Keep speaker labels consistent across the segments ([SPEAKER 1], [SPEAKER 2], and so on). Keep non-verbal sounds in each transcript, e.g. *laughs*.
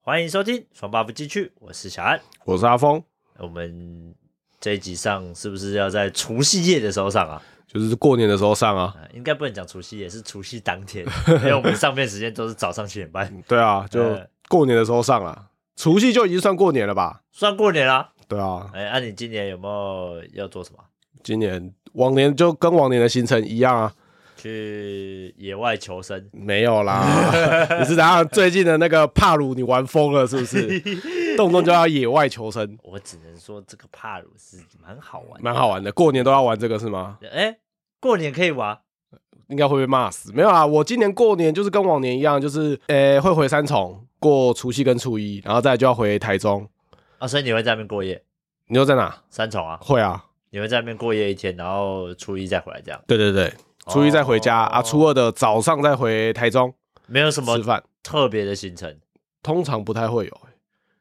[SPEAKER 1] 欢迎收听《双 buff 继续》，我是小安。
[SPEAKER 2] 我是阿峰，
[SPEAKER 1] 我们这一集上是不是要在除夕夜的时候上啊？
[SPEAKER 2] 就是过年的时候上啊。
[SPEAKER 1] 啊应该不能讲除夕夜，是除夕当
[SPEAKER 2] *laughs*
[SPEAKER 1] 天，因为我们上片时间都是早上七点半，
[SPEAKER 2] 对啊，就
[SPEAKER 1] 呃
[SPEAKER 2] 过年的时候上啊。除夕就已经算过年了吧？
[SPEAKER 1] 算过年啦。
[SPEAKER 2] 对啊，
[SPEAKER 1] 哎，那、你今年有没有要做什么？
[SPEAKER 2] 今年往年就跟往年的行程一样啊。
[SPEAKER 1] 去野外求生？
[SPEAKER 2] 没有啦，你是怎样？最近的那个帕鲁你玩疯了是不是？动不动就要野外求生，
[SPEAKER 1] 我只能说这个帕鲁是蛮好玩的。
[SPEAKER 2] 蛮好玩的。过年都要玩这个是吗？
[SPEAKER 1] 哎，过年可以玩，
[SPEAKER 2] 应该会被骂死。没有啊，我今年过年就是跟往年一样，就是呃会回三重过除夕跟初一，然后再来就要回台中。
[SPEAKER 1] 啊，所以你会在那边过夜，
[SPEAKER 2] 你又在哪？
[SPEAKER 1] 三重啊，
[SPEAKER 2] 会啊，
[SPEAKER 1] 你会在那边过夜一天，然后初一再回来，这样
[SPEAKER 2] 对对对，初一再回家、
[SPEAKER 1] 哦
[SPEAKER 2] 啊，初二的早上再回台中
[SPEAKER 1] 没有什么
[SPEAKER 2] 吃饭，
[SPEAKER 1] 特别的行程。
[SPEAKER 2] 通常不太会有、欸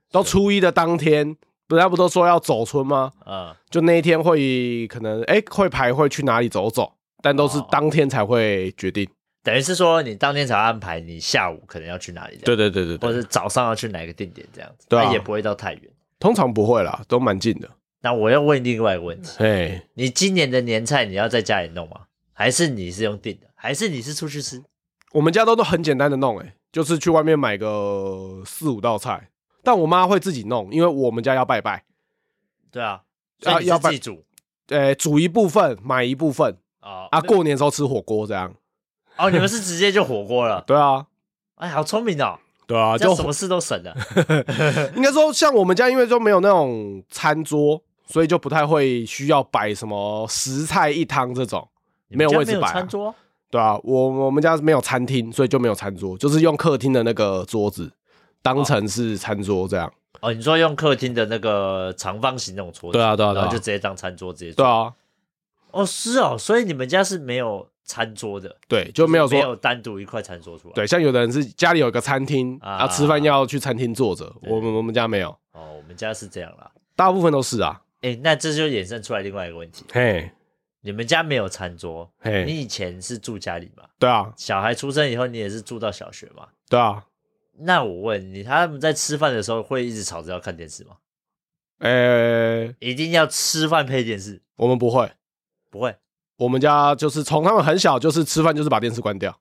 [SPEAKER 2] 到初一的当天，人家不都说要走村吗？
[SPEAKER 1] 嗯，
[SPEAKER 2] 就那一天会可能哎、欸会排会去哪里走走，但都是
[SPEAKER 1] 哦
[SPEAKER 2] 当天才会决定。
[SPEAKER 1] 等于是说你当天才安排，你下午可能要去哪里，，
[SPEAKER 2] 对对对
[SPEAKER 1] 或者是早上要去哪个定点这样子，
[SPEAKER 2] 对啊
[SPEAKER 1] 那也不会到太远。
[SPEAKER 2] 通常不会啦，都蛮近的。
[SPEAKER 1] 那我要问另外一个
[SPEAKER 2] *laughs*
[SPEAKER 1] 问题：
[SPEAKER 2] 哎，
[SPEAKER 1] 你今年的年菜你要在家里弄吗？还是你是用订的？还是你是出去吃？
[SPEAKER 2] 我们家都都很简单的弄、欸，哎，就是去外面买个四五道菜，但我妈会自己弄，因为我们家要拜拜，
[SPEAKER 1] 对啊，所
[SPEAKER 2] 啊
[SPEAKER 1] 以你是
[SPEAKER 2] 要不
[SPEAKER 1] 自
[SPEAKER 2] 然
[SPEAKER 1] 己煮
[SPEAKER 2] 呃、煮一部分，买一部分
[SPEAKER 1] 哦
[SPEAKER 2] 啊，过年的时候吃火锅这样。
[SPEAKER 1] 哦，你们是直接就火锅
[SPEAKER 2] *laughs*
[SPEAKER 1] 了？
[SPEAKER 2] 对啊，
[SPEAKER 1] 哎，好聪明哦，
[SPEAKER 2] 对啊，
[SPEAKER 1] 这样
[SPEAKER 2] 就
[SPEAKER 1] 什么事都省
[SPEAKER 2] *laughs*
[SPEAKER 1] 了。
[SPEAKER 2] 应该说，像我们家因为就没有那种餐桌，所以就不太会需要摆什么十菜一汤这种，没有
[SPEAKER 1] 你们
[SPEAKER 2] 位
[SPEAKER 1] 家
[SPEAKER 2] 置
[SPEAKER 1] 没有
[SPEAKER 2] 摆啊、
[SPEAKER 1] 餐桌，
[SPEAKER 2] 对啊，我我们家没有餐厅，所以就没有餐桌，就是用客厅的那个桌子当成是餐桌这样。
[SPEAKER 1] 哦，你说用客厅的那个长方形那种桌子，
[SPEAKER 2] 对啊对啊对啊
[SPEAKER 1] 然后就直接当餐桌直接坐
[SPEAKER 2] 对啊，
[SPEAKER 1] 哦，是哦，所以你们家是没有餐桌的，
[SPEAKER 2] 对，啊就没有
[SPEAKER 1] 没
[SPEAKER 2] 说
[SPEAKER 1] 有单独一块餐桌出来。，
[SPEAKER 2] 对，像有的人是家里有个餐厅
[SPEAKER 1] 啊
[SPEAKER 2] 啊，吃饭要去餐厅坐着，
[SPEAKER 1] 对
[SPEAKER 2] 我们我们家没有，
[SPEAKER 1] 哦，我们家是这样啦。
[SPEAKER 2] 大部分都是啊，
[SPEAKER 1] 哎，那这就衍生出来另外一个问题，
[SPEAKER 2] 嘿
[SPEAKER 1] 你们家没有餐桌，
[SPEAKER 2] 嘿，
[SPEAKER 1] 你以前是住家里嘛？
[SPEAKER 2] 对啊
[SPEAKER 1] 小孩出生以后，你也是住到小学嘛？
[SPEAKER 2] 对啊，
[SPEAKER 1] 那我问你，他们在吃饭的时候会一直吵着要看电视吗？
[SPEAKER 2] 呃，
[SPEAKER 1] 一定要吃饭配电视？
[SPEAKER 2] 我们不会，
[SPEAKER 1] 不会。
[SPEAKER 2] 我们家就是从他们很小就是吃饭就是把电视关掉。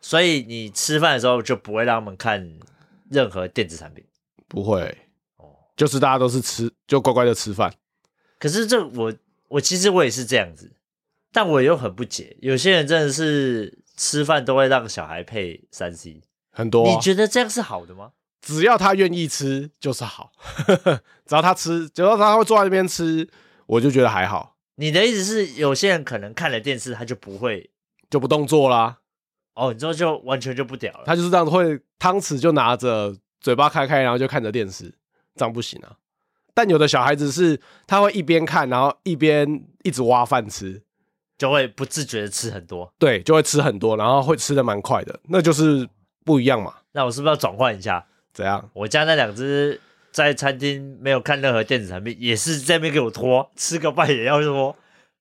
[SPEAKER 1] 所以你吃饭的时候就不会让他们看任何电子产品。
[SPEAKER 2] 不会，
[SPEAKER 1] 哦
[SPEAKER 2] 就是大家都是吃，就乖乖的吃饭。
[SPEAKER 1] 可是这我我其实我也是这样子，但我又很不解，有些人真的是吃饭都会让小孩配三 C，、
[SPEAKER 2] 很多、
[SPEAKER 1] 你
[SPEAKER 2] 啊，
[SPEAKER 1] 觉得这样是好的吗？
[SPEAKER 2] 只要他愿意吃就是好， *laughs* 只要他吃，只要他会坐在那边吃，我就觉得还好，
[SPEAKER 1] 你的意思是有些人可能看了电视他就不会
[SPEAKER 2] 就不动作啦。
[SPEAKER 1] 哦，你之后就完全就不屌了。
[SPEAKER 2] 他就是这样子会汤匙就拿着，嘴巴开开，然后就看着电视，这样不行啊。但有的小孩子是他会一边看，然后一边一直挖饭吃，
[SPEAKER 1] 就会不自觉的吃很多。
[SPEAKER 2] 对，就会吃很多，然后会吃的蛮快的，那就是不一样嘛。
[SPEAKER 1] 那我是不是要转换一下？
[SPEAKER 2] 怎样？
[SPEAKER 1] 我家那两只在餐厅没有看任何电子产品，也是在那边给我拖，吃个饭也要拖。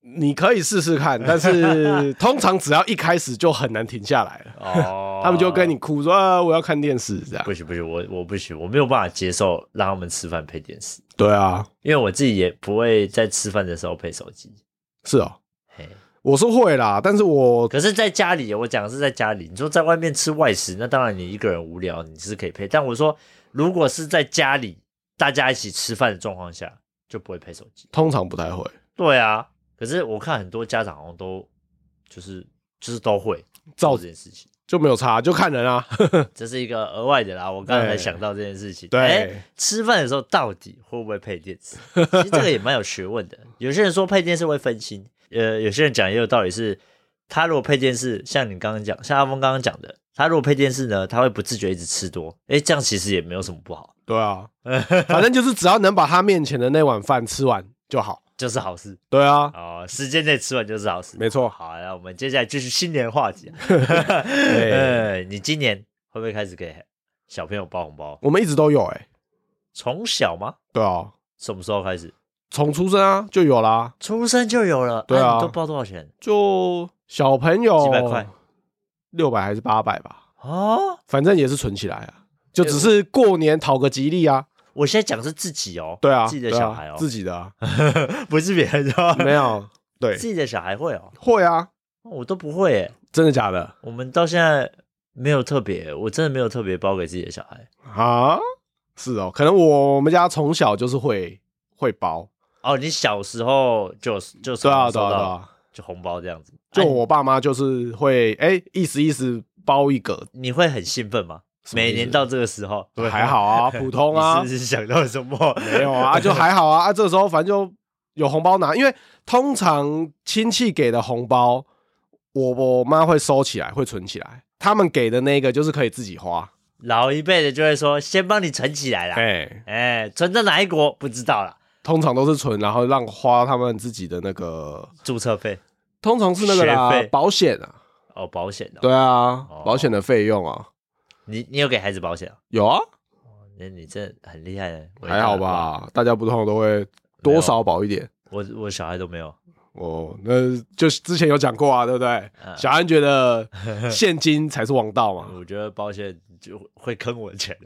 [SPEAKER 1] *laughs*
[SPEAKER 2] 你可以试试看，但是通常只要一开始就很难停下来了。
[SPEAKER 1] 哦
[SPEAKER 2] 他们就跟你哭说啊，我要看电视这样
[SPEAKER 1] 不。行不行，我我不行，我没有办法接受让他们吃饭配电视，
[SPEAKER 2] 对啊，
[SPEAKER 1] 因为我自己也不会在吃饭的时候配手机。
[SPEAKER 2] 是哦，
[SPEAKER 1] 嘿，
[SPEAKER 2] 我是会啦，但是我
[SPEAKER 1] 可是在家里，我讲的是在家里，你说在外面吃外食，那当然你一个人无聊你是可以配，但我说如果是在家里大家一起吃饭的状况下，就不会配手机。
[SPEAKER 2] 通常不太会。
[SPEAKER 1] 对啊，可是我看很多家长好像都就是就是都会
[SPEAKER 2] 照
[SPEAKER 1] 做这件事情，
[SPEAKER 2] 就没有差，就看人啊。 *laughs*
[SPEAKER 1] 这是一个额外的啦。我刚才
[SPEAKER 2] 对
[SPEAKER 1] 想到这件事情，
[SPEAKER 2] 对
[SPEAKER 1] 哎吃饭的时候到底会不会配电视？ *laughs* 其实这个也蛮有学问的。有些人说配电视会分心，呃，有些人讲也有道理是，他如果配电视，像你刚刚讲，像阿峰刚刚讲的，他如果配电视呢，他会不自觉一直吃多，哎，这样其实也没有什么不好，
[SPEAKER 2] 对啊，反正就是只要能把他面前的那碗饭吃完就好。
[SPEAKER 1] 就是好事
[SPEAKER 2] 对啊，
[SPEAKER 1] 哦。时间内吃完就是好事，
[SPEAKER 2] 没错
[SPEAKER 1] 好，那我们接下来继续新年话 *laughs* 题。呃，你今年会不会开始给小朋友包红包？
[SPEAKER 2] 我们一直都有哎、
[SPEAKER 1] 从小吗？
[SPEAKER 2] 对啊，
[SPEAKER 1] 什么时候开始？
[SPEAKER 2] 从出生啊就有啦，
[SPEAKER 1] 出生就有了。
[SPEAKER 2] 对啊
[SPEAKER 1] 你都包多少钱？
[SPEAKER 2] 就小朋友
[SPEAKER 1] 几百块，
[SPEAKER 2] 六百还是八百吧，
[SPEAKER 1] 哦，
[SPEAKER 2] 反正也是存起来啊。就只是过年讨个吉利啊。
[SPEAKER 1] 我现在讲的是自己哦，
[SPEAKER 2] 对啊，
[SPEAKER 1] 自己的
[SPEAKER 2] 对啊
[SPEAKER 1] 小孩哦
[SPEAKER 2] 自己的啊， *laughs*
[SPEAKER 1] 不是别人哦，
[SPEAKER 2] 没有，对，
[SPEAKER 1] *laughs* 自己的小孩会哦，
[SPEAKER 2] 会啊，
[SPEAKER 1] 我都不会耶。
[SPEAKER 2] 真的假的
[SPEAKER 1] 我们到现在没有特别，我真的没有特别包给自己的小孩。
[SPEAKER 2] 啊？是哦，可能我们家从小就是会会包，
[SPEAKER 1] 哦，你小时候就就
[SPEAKER 2] 对啊，
[SPEAKER 1] 收
[SPEAKER 2] 对啊，对
[SPEAKER 1] 到
[SPEAKER 2] 啊，
[SPEAKER 1] 就红包这样子，
[SPEAKER 2] 就
[SPEAKER 1] 啊
[SPEAKER 2] 我爸妈就是会哎意思意思包一个，
[SPEAKER 1] 你你会很兴奋吗？
[SPEAKER 2] 什么意思
[SPEAKER 1] 每年到这个时候，
[SPEAKER 2] 还
[SPEAKER 1] *laughs*
[SPEAKER 2] 好啊，普通啊
[SPEAKER 1] 你，是不是想到什么？
[SPEAKER 2] 没有啊，就还好啊。啊，这时候反正就有红包拿，因为通常亲戚给的红包，我我妈会收起来，会存起来。他们给的那个就是可以自己
[SPEAKER 1] 啊
[SPEAKER 2] 花。
[SPEAKER 1] 老一辈的就会说，先帮你存起来啦。
[SPEAKER 2] 哎，
[SPEAKER 1] 哎，存到哪一国不知道啦，
[SPEAKER 2] 通常都是存，然后让花他们自己的那个，
[SPEAKER 1] 注册费
[SPEAKER 2] 通常是那个
[SPEAKER 1] 学
[SPEAKER 2] 啦
[SPEAKER 1] 费，
[SPEAKER 2] 保险啊，
[SPEAKER 1] 哦，保险哦。
[SPEAKER 2] 对啊
[SPEAKER 1] 哦，
[SPEAKER 2] 保险的费用啊，
[SPEAKER 1] 你你有给孩子保险啊？
[SPEAKER 2] 有啊，
[SPEAKER 1] 那你真的很厉害的，
[SPEAKER 2] 还好？吧，大家不同都会多少保一点。
[SPEAKER 1] 我我小孩都没有，
[SPEAKER 2] 哦，那就是之前有讲过啊，对不对？
[SPEAKER 1] 嗯
[SPEAKER 2] 小安觉得现金才是王道嘛，
[SPEAKER 1] 我觉得保险就会坑我的
[SPEAKER 2] *laughs*
[SPEAKER 1] 钱。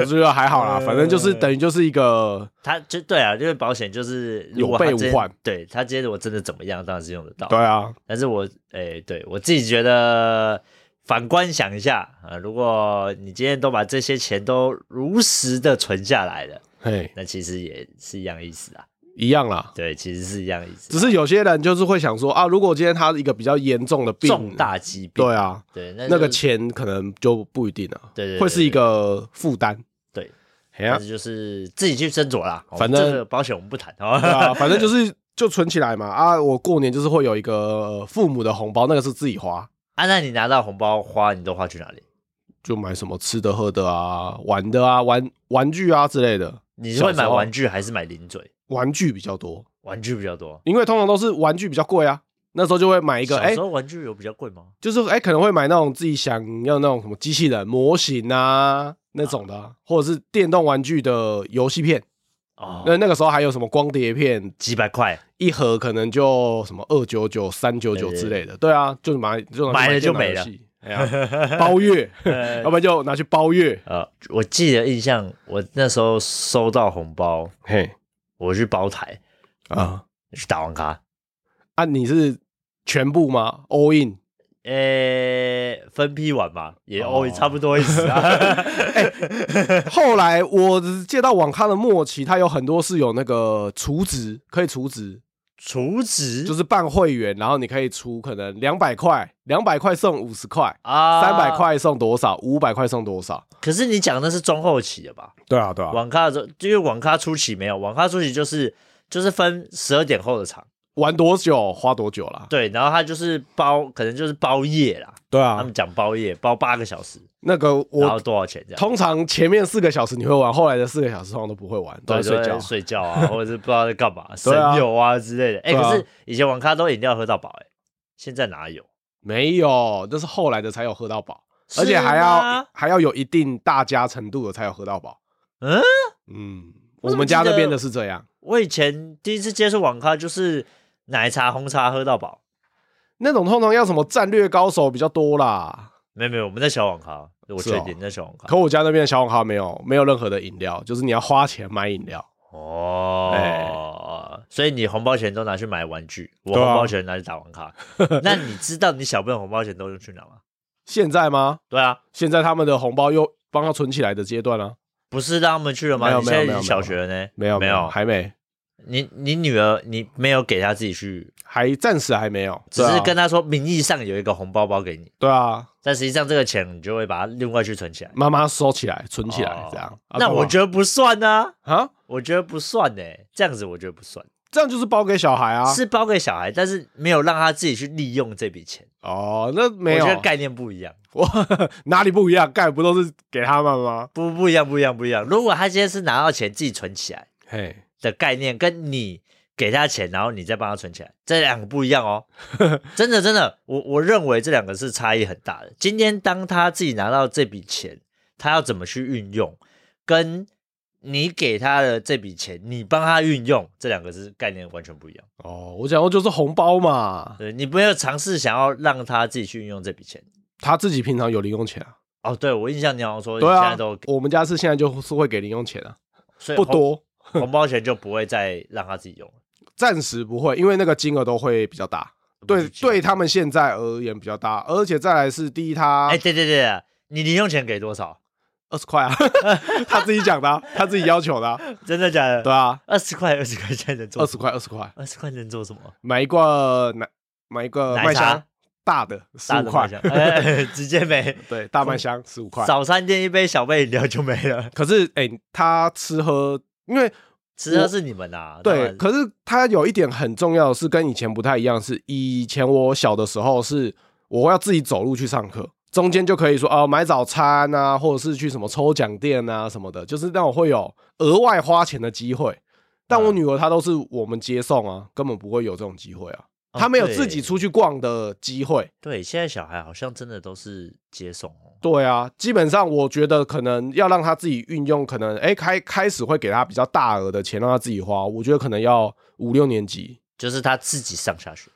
[SPEAKER 2] 我觉得还好
[SPEAKER 1] 嗯
[SPEAKER 2] 啦，反正就是等于就是一个
[SPEAKER 1] 他就对啊，因为保险就是如果他
[SPEAKER 2] 有备
[SPEAKER 1] 今天
[SPEAKER 2] 无患
[SPEAKER 1] 对他今天我真的怎么样，当然是用得到。
[SPEAKER 2] 对啊，
[SPEAKER 1] 但是我诶、对我自己觉得，反观想一下啊、呃如果你今天都把这些钱都如实的存下来了，
[SPEAKER 2] 嘿，
[SPEAKER 1] 那其实也是一样意思啊。
[SPEAKER 2] 一样啦。
[SPEAKER 1] 对，其实是一样意思，
[SPEAKER 2] 只是有些人就是会想说啊，如果今天他一个比较严重的病，
[SPEAKER 1] 重大疾病。嗯
[SPEAKER 2] 对啊，
[SPEAKER 1] 对，那
[SPEAKER 2] 那个
[SPEAKER 1] 就
[SPEAKER 2] 钱可能就不一定了，
[SPEAKER 1] 对对对
[SPEAKER 2] 会是一个负担。
[SPEAKER 1] 对，
[SPEAKER 2] 哎呀
[SPEAKER 1] 但，是就是自己去斟酌啦。哦
[SPEAKER 2] 反正
[SPEAKER 1] 这个保险我们不谈哦。
[SPEAKER 2] 对啊，反正就是就存起来嘛啊，我过年就是会有一个呃父母的红包，那个是自己花，
[SPEAKER 1] *laughs* 啊，那你拿到红包花，你都花去哪里？
[SPEAKER 2] 就买什么吃的喝的啊、玩的啊、玩玩具啊之类的。
[SPEAKER 1] 你是会
[SPEAKER 2] 小
[SPEAKER 1] 买
[SPEAKER 2] 时候啊
[SPEAKER 1] 玩具还是买零嘴？
[SPEAKER 2] 玩具比较多，
[SPEAKER 1] 玩具比较多。
[SPEAKER 2] 因为通常都是玩具比较贵啊。那时候就会买一个，
[SPEAKER 1] 小
[SPEAKER 2] 哎
[SPEAKER 1] 时，候玩具有比较贵吗？
[SPEAKER 2] 就是哎、可能会买那种自己想要那种什么机器人模型啊那种的啊、或者是电动玩具的游戏片。
[SPEAKER 1] 哦，
[SPEAKER 2] 那那个时候还有什么光碟片，
[SPEAKER 1] 几百块
[SPEAKER 2] *laughs* 一盒可能就什么二九九、三九九之类的。对啊，就买就拿去
[SPEAKER 1] 买了
[SPEAKER 2] 电
[SPEAKER 1] 就
[SPEAKER 2] 脑
[SPEAKER 1] 没
[SPEAKER 2] 游
[SPEAKER 1] 了
[SPEAKER 2] 戏。哎呀， *laughs* 包月，要不然就拿去包月。
[SPEAKER 1] 呃，我记得印象，我那时候收到红包，
[SPEAKER 2] 嘿
[SPEAKER 1] 我去包台
[SPEAKER 2] 啊
[SPEAKER 1] 去打网咖，
[SPEAKER 2] 啊，你是全部吗？all in？
[SPEAKER 1] 呃、分批玩嘛，也
[SPEAKER 2] 哦
[SPEAKER 1] 哦，也差不多意思
[SPEAKER 2] *laughs*
[SPEAKER 1] 啊。 *laughs*
[SPEAKER 2] 后来我借到网咖的末期，它有很多是有那个储值，可以储值，
[SPEAKER 1] 储值
[SPEAKER 2] 就是办会员，然后你可以出可能两百块，两百块送五十块，
[SPEAKER 1] 啊
[SPEAKER 2] 三百，块送多少，五百块送多少。
[SPEAKER 1] 可是你讲的是中后期的吧？
[SPEAKER 2] 对啊，对，
[SPEAKER 1] 网咖的时候，因为网咖初期没有，网咖初期就是就是分十二点后的场，
[SPEAKER 2] 玩多久花多久啦？
[SPEAKER 1] 对，然后他就是包，可能就是包夜啦，
[SPEAKER 2] 对
[SPEAKER 1] 他
[SPEAKER 2] 啊
[SPEAKER 1] 们，讲包夜，包八个小时，
[SPEAKER 2] 那个
[SPEAKER 1] 然后
[SPEAKER 2] 我
[SPEAKER 1] 多少钱这样？
[SPEAKER 2] 通常前面四个小时你会玩，后来的四个小时通常都不会玩，都
[SPEAKER 1] 对，
[SPEAKER 2] 在睡
[SPEAKER 1] 都
[SPEAKER 2] 觉
[SPEAKER 1] 在。睡觉
[SPEAKER 2] *laughs*
[SPEAKER 1] 啊，或者是不知道在干嘛，神
[SPEAKER 2] 对啊
[SPEAKER 1] 游啊之类的。哎、
[SPEAKER 2] 对啊
[SPEAKER 1] 可是以前网咖都饮料喝到饱，哎，现在哪有？
[SPEAKER 2] 没有，那是后来的才有喝到饱，而且
[SPEAKER 1] 是
[SPEAKER 2] 还
[SPEAKER 1] 吗
[SPEAKER 2] 要还要有一定大家程度的才有喝到饱。
[SPEAKER 1] 嗯，
[SPEAKER 2] 嗯，
[SPEAKER 1] 我
[SPEAKER 2] 我
[SPEAKER 1] 怎么
[SPEAKER 2] 们
[SPEAKER 1] 记
[SPEAKER 2] 家那
[SPEAKER 1] 得
[SPEAKER 2] 边的是这样。
[SPEAKER 1] 我以前第一次接触网咖就是奶茶、红茶喝到饱，
[SPEAKER 2] 那种通常要什么战略高手比较多啦。
[SPEAKER 1] 没有没有，我们在小网咖，我
[SPEAKER 2] 是
[SPEAKER 1] 确
[SPEAKER 2] 哦
[SPEAKER 1] 定在小网咖。
[SPEAKER 2] 可我家那边的小网咖没有，没有任何的饮料，就是你要花钱买饮料。
[SPEAKER 1] 哦，所以你红包钱都拿去买玩具，我
[SPEAKER 2] 对
[SPEAKER 1] 红
[SPEAKER 2] 啊
[SPEAKER 1] 包钱拿去打网
[SPEAKER 2] *laughs*
[SPEAKER 1] 咖。那你知道你小朋友红包钱都用去哪吗？
[SPEAKER 2] 现在吗？
[SPEAKER 1] 对啊，
[SPEAKER 2] 现在他们的红包又帮他存起来的阶段啊？
[SPEAKER 1] 不是让他们去了吗？
[SPEAKER 2] 没有
[SPEAKER 1] 你现在已
[SPEAKER 2] 没
[SPEAKER 1] 经
[SPEAKER 2] 有没有
[SPEAKER 1] 小学了呢？
[SPEAKER 2] 没有
[SPEAKER 1] 没
[SPEAKER 2] 有，
[SPEAKER 1] 有，
[SPEAKER 2] 还没，
[SPEAKER 1] 你你女儿你没有给她自己去
[SPEAKER 2] 还暂时还没有，
[SPEAKER 1] 只
[SPEAKER 2] 对
[SPEAKER 1] 是
[SPEAKER 2] 啊
[SPEAKER 1] 跟他说名义上有一个红包包给你，
[SPEAKER 2] 对啊，
[SPEAKER 1] 但实际上这个钱你就会把它另外去存起来。
[SPEAKER 2] 妈妈收起来，存起
[SPEAKER 1] 哦
[SPEAKER 2] 来这样。啊
[SPEAKER 1] 那
[SPEAKER 2] 干
[SPEAKER 1] 我
[SPEAKER 2] 嘛
[SPEAKER 1] 觉得不算啊，
[SPEAKER 2] 啊，
[SPEAKER 1] 我觉得不算呢、这样子我觉得不算，
[SPEAKER 2] 这样就是包给小孩啊。
[SPEAKER 1] 是包给小孩，但是没有让他自己去利用这笔钱，
[SPEAKER 2] 哦，那没有
[SPEAKER 1] 我觉得概念不一样，
[SPEAKER 2] 我哪里不一样？盖不都是给他们吗？
[SPEAKER 1] 不不一样，不一样，不一样。如果他今天是拿到钱自己存起来
[SPEAKER 2] 嘿，
[SPEAKER 1] 的概念，跟你给他钱，然后你再帮他存起来，这两个不一样
[SPEAKER 2] *laughs*
[SPEAKER 1] 哦，真的真的，我我认为这两个是差异很大的。今天当他自己拿到这笔钱，他要怎么去运用，跟你给他的这笔钱，你帮他运用，这两个是概念完全不一样。
[SPEAKER 2] 哦，我讲过就是红包嘛，
[SPEAKER 1] 对你没有尝试想要让他自己去运用这笔钱，
[SPEAKER 2] 他自己平常有零用钱啊。
[SPEAKER 1] 哦，对我印象你好像说你
[SPEAKER 2] 对
[SPEAKER 1] 现在
[SPEAKER 2] 啊
[SPEAKER 1] 都，
[SPEAKER 2] 我们家是现在就是会给零用钱啊，
[SPEAKER 1] 所以
[SPEAKER 2] 不
[SPEAKER 1] 红
[SPEAKER 2] 多，
[SPEAKER 1] 红包钱就不会再让他自己用了。
[SPEAKER 2] 暂时不会，因为那个金额都会比较大。对，对他们现在而言比较大，而且再来是第一，他
[SPEAKER 1] 哎，对对对对，你零用钱给多
[SPEAKER 2] *laughs*
[SPEAKER 1] 少？
[SPEAKER 2] 二十块啊，他自己讲
[SPEAKER 1] *laughs*
[SPEAKER 2] 的啊、他自己要求的啊、
[SPEAKER 1] 真的假的？
[SPEAKER 2] 对啊，
[SPEAKER 1] 二十块，二十块现在能做
[SPEAKER 2] 二十块，二十块，
[SPEAKER 1] 二十块能做什么？
[SPEAKER 2] 买一个奶，买一个
[SPEAKER 1] 奶
[SPEAKER 2] 麦
[SPEAKER 1] 茶
[SPEAKER 2] 香大的呃十
[SPEAKER 1] 大
[SPEAKER 2] 五
[SPEAKER 1] 的
[SPEAKER 2] 块
[SPEAKER 1] 麦，香哎哎哎直接没。
[SPEAKER 2] *laughs* 对，大麦香十五块。
[SPEAKER 1] 早餐店一杯小杯饮料就没了，
[SPEAKER 2] 可是哎、他吃喝，因为
[SPEAKER 1] 吃喝是你们啊。当
[SPEAKER 2] 对，
[SPEAKER 1] 然
[SPEAKER 2] 可是他有一点很重要的是跟以前不太一样，是以前我小的时候是我要自己走路去上课。中间就可以说哦、买早餐啊，或者是去什么抽奖店啊什么的，就是让我会有额外花钱的机会。但我
[SPEAKER 1] 嗯
[SPEAKER 2] 女儿她都是我们接送啊，根本不会有这种机会啊，
[SPEAKER 1] 哦
[SPEAKER 2] 她没有
[SPEAKER 1] 对
[SPEAKER 2] 自己出去逛的机会。
[SPEAKER 1] 对，现在小孩好像真的都是接送哦。
[SPEAKER 2] 对啊，基本上我觉得可能要让他自己运用，可能哎开开始会给他比较大额的钱让他自己花，我觉得可能要五六年级
[SPEAKER 1] 就是他自己上下学。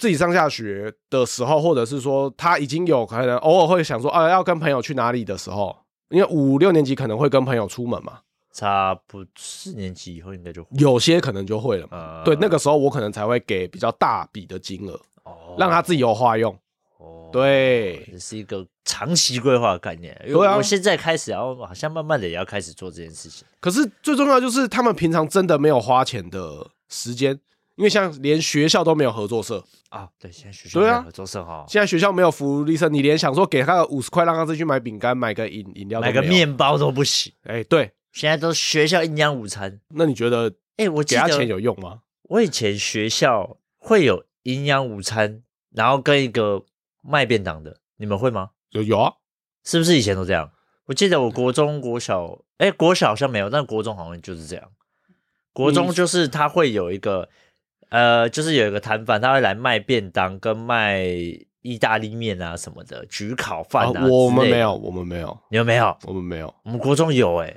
[SPEAKER 2] 自己上下学的时候，或者是说他已经有可能偶尔会想说啊要跟朋友去哪里的时候，因为五六年级可能会跟朋友出门嘛，
[SPEAKER 1] 差不多四年级以后应该就会
[SPEAKER 2] 有些可能就会了嘛。
[SPEAKER 1] 呃
[SPEAKER 2] 嗯对，那个时候我可能才会给比较大笔的金额，
[SPEAKER 1] 哦
[SPEAKER 2] 让他自己有花用。
[SPEAKER 1] 哦
[SPEAKER 2] 对，
[SPEAKER 1] 这是一个长期规划的概念。因为
[SPEAKER 2] 对啊
[SPEAKER 1] 我现在开始，然后好像慢慢的也要开始做这件事情。
[SPEAKER 2] 可是最重要就是他们平常真的没有花钱的时间，因为像连学校都没有合作社。
[SPEAKER 1] 啊，对，现在学校
[SPEAKER 2] 对啊
[SPEAKER 1] 没有合作社哈，
[SPEAKER 2] 现在学校没有福利社，你连想说给他个五十块，让他自己去买饼干、买个饮饮料、
[SPEAKER 1] 买个，面包都不行。
[SPEAKER 2] 哎、对，
[SPEAKER 1] 现在都是学校营养午餐。
[SPEAKER 2] 那你觉得
[SPEAKER 1] 哎、我记
[SPEAKER 2] 给他钱
[SPEAKER 1] 得
[SPEAKER 2] 有用吗？
[SPEAKER 1] 我以前学校会有营养午餐，然后跟一个卖便当的，你们会吗？
[SPEAKER 2] 有有啊，
[SPEAKER 1] 是不是以前都这样？我记得我国中、国小，哎、国小好像没有，但国中好像就是这样。国中就是他会有一个，呃，就是有一个摊贩，他会来卖便当跟卖意大利面啊什么的，焗烤饭啊
[SPEAKER 2] 啊我
[SPEAKER 1] 之
[SPEAKER 2] 们
[SPEAKER 1] 类的
[SPEAKER 2] 没，有，我们没有，
[SPEAKER 1] 你们没有？
[SPEAKER 2] 我们没有。
[SPEAKER 1] 我们国中有哎、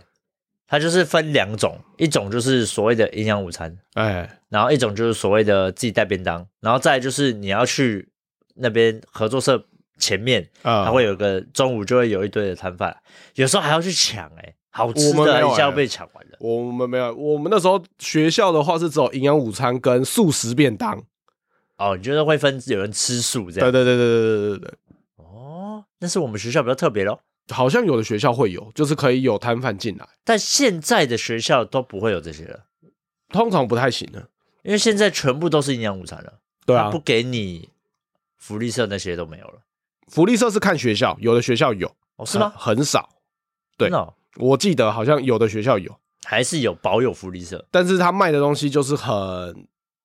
[SPEAKER 1] 它就是分两种，一种就是所谓的营养午餐，
[SPEAKER 2] 哎、
[SPEAKER 1] 然后一种就是所谓的自己带便当，然后再来就是你要去那边合作社前面，
[SPEAKER 2] 啊、
[SPEAKER 1] 它会有个中午就会有一堆的摊贩，有时候还要去抢哎、好吃
[SPEAKER 2] 我们没
[SPEAKER 1] 的
[SPEAKER 2] 有
[SPEAKER 1] 一下
[SPEAKER 2] 欸
[SPEAKER 1] 就被抢完了。
[SPEAKER 2] 我们没有，我们那时候学校的话是只有营养午餐跟素食便当。
[SPEAKER 1] 哦，你觉得会分有人吃素这
[SPEAKER 2] 对
[SPEAKER 1] 样？
[SPEAKER 2] 对对对对对对对，
[SPEAKER 1] 哦，那是我们学校比较特别咯。
[SPEAKER 2] 好像有的学校会有，就是可以有摊贩进来，
[SPEAKER 1] 但现在的学校都不会有这些了，
[SPEAKER 2] 通常不太行的。
[SPEAKER 1] 因为现在全部都是营养午餐了，
[SPEAKER 2] 对
[SPEAKER 1] 它
[SPEAKER 2] 啊
[SPEAKER 1] 不，给你福利社那些都没有了。
[SPEAKER 2] 福利社是看学校，有的学校有，
[SPEAKER 1] 哦，是吗？
[SPEAKER 2] 很很少，对
[SPEAKER 1] 真的哦
[SPEAKER 2] 我记得好像有的学校有。
[SPEAKER 1] 还是有保有福利社，
[SPEAKER 2] 但是他卖的东西就是很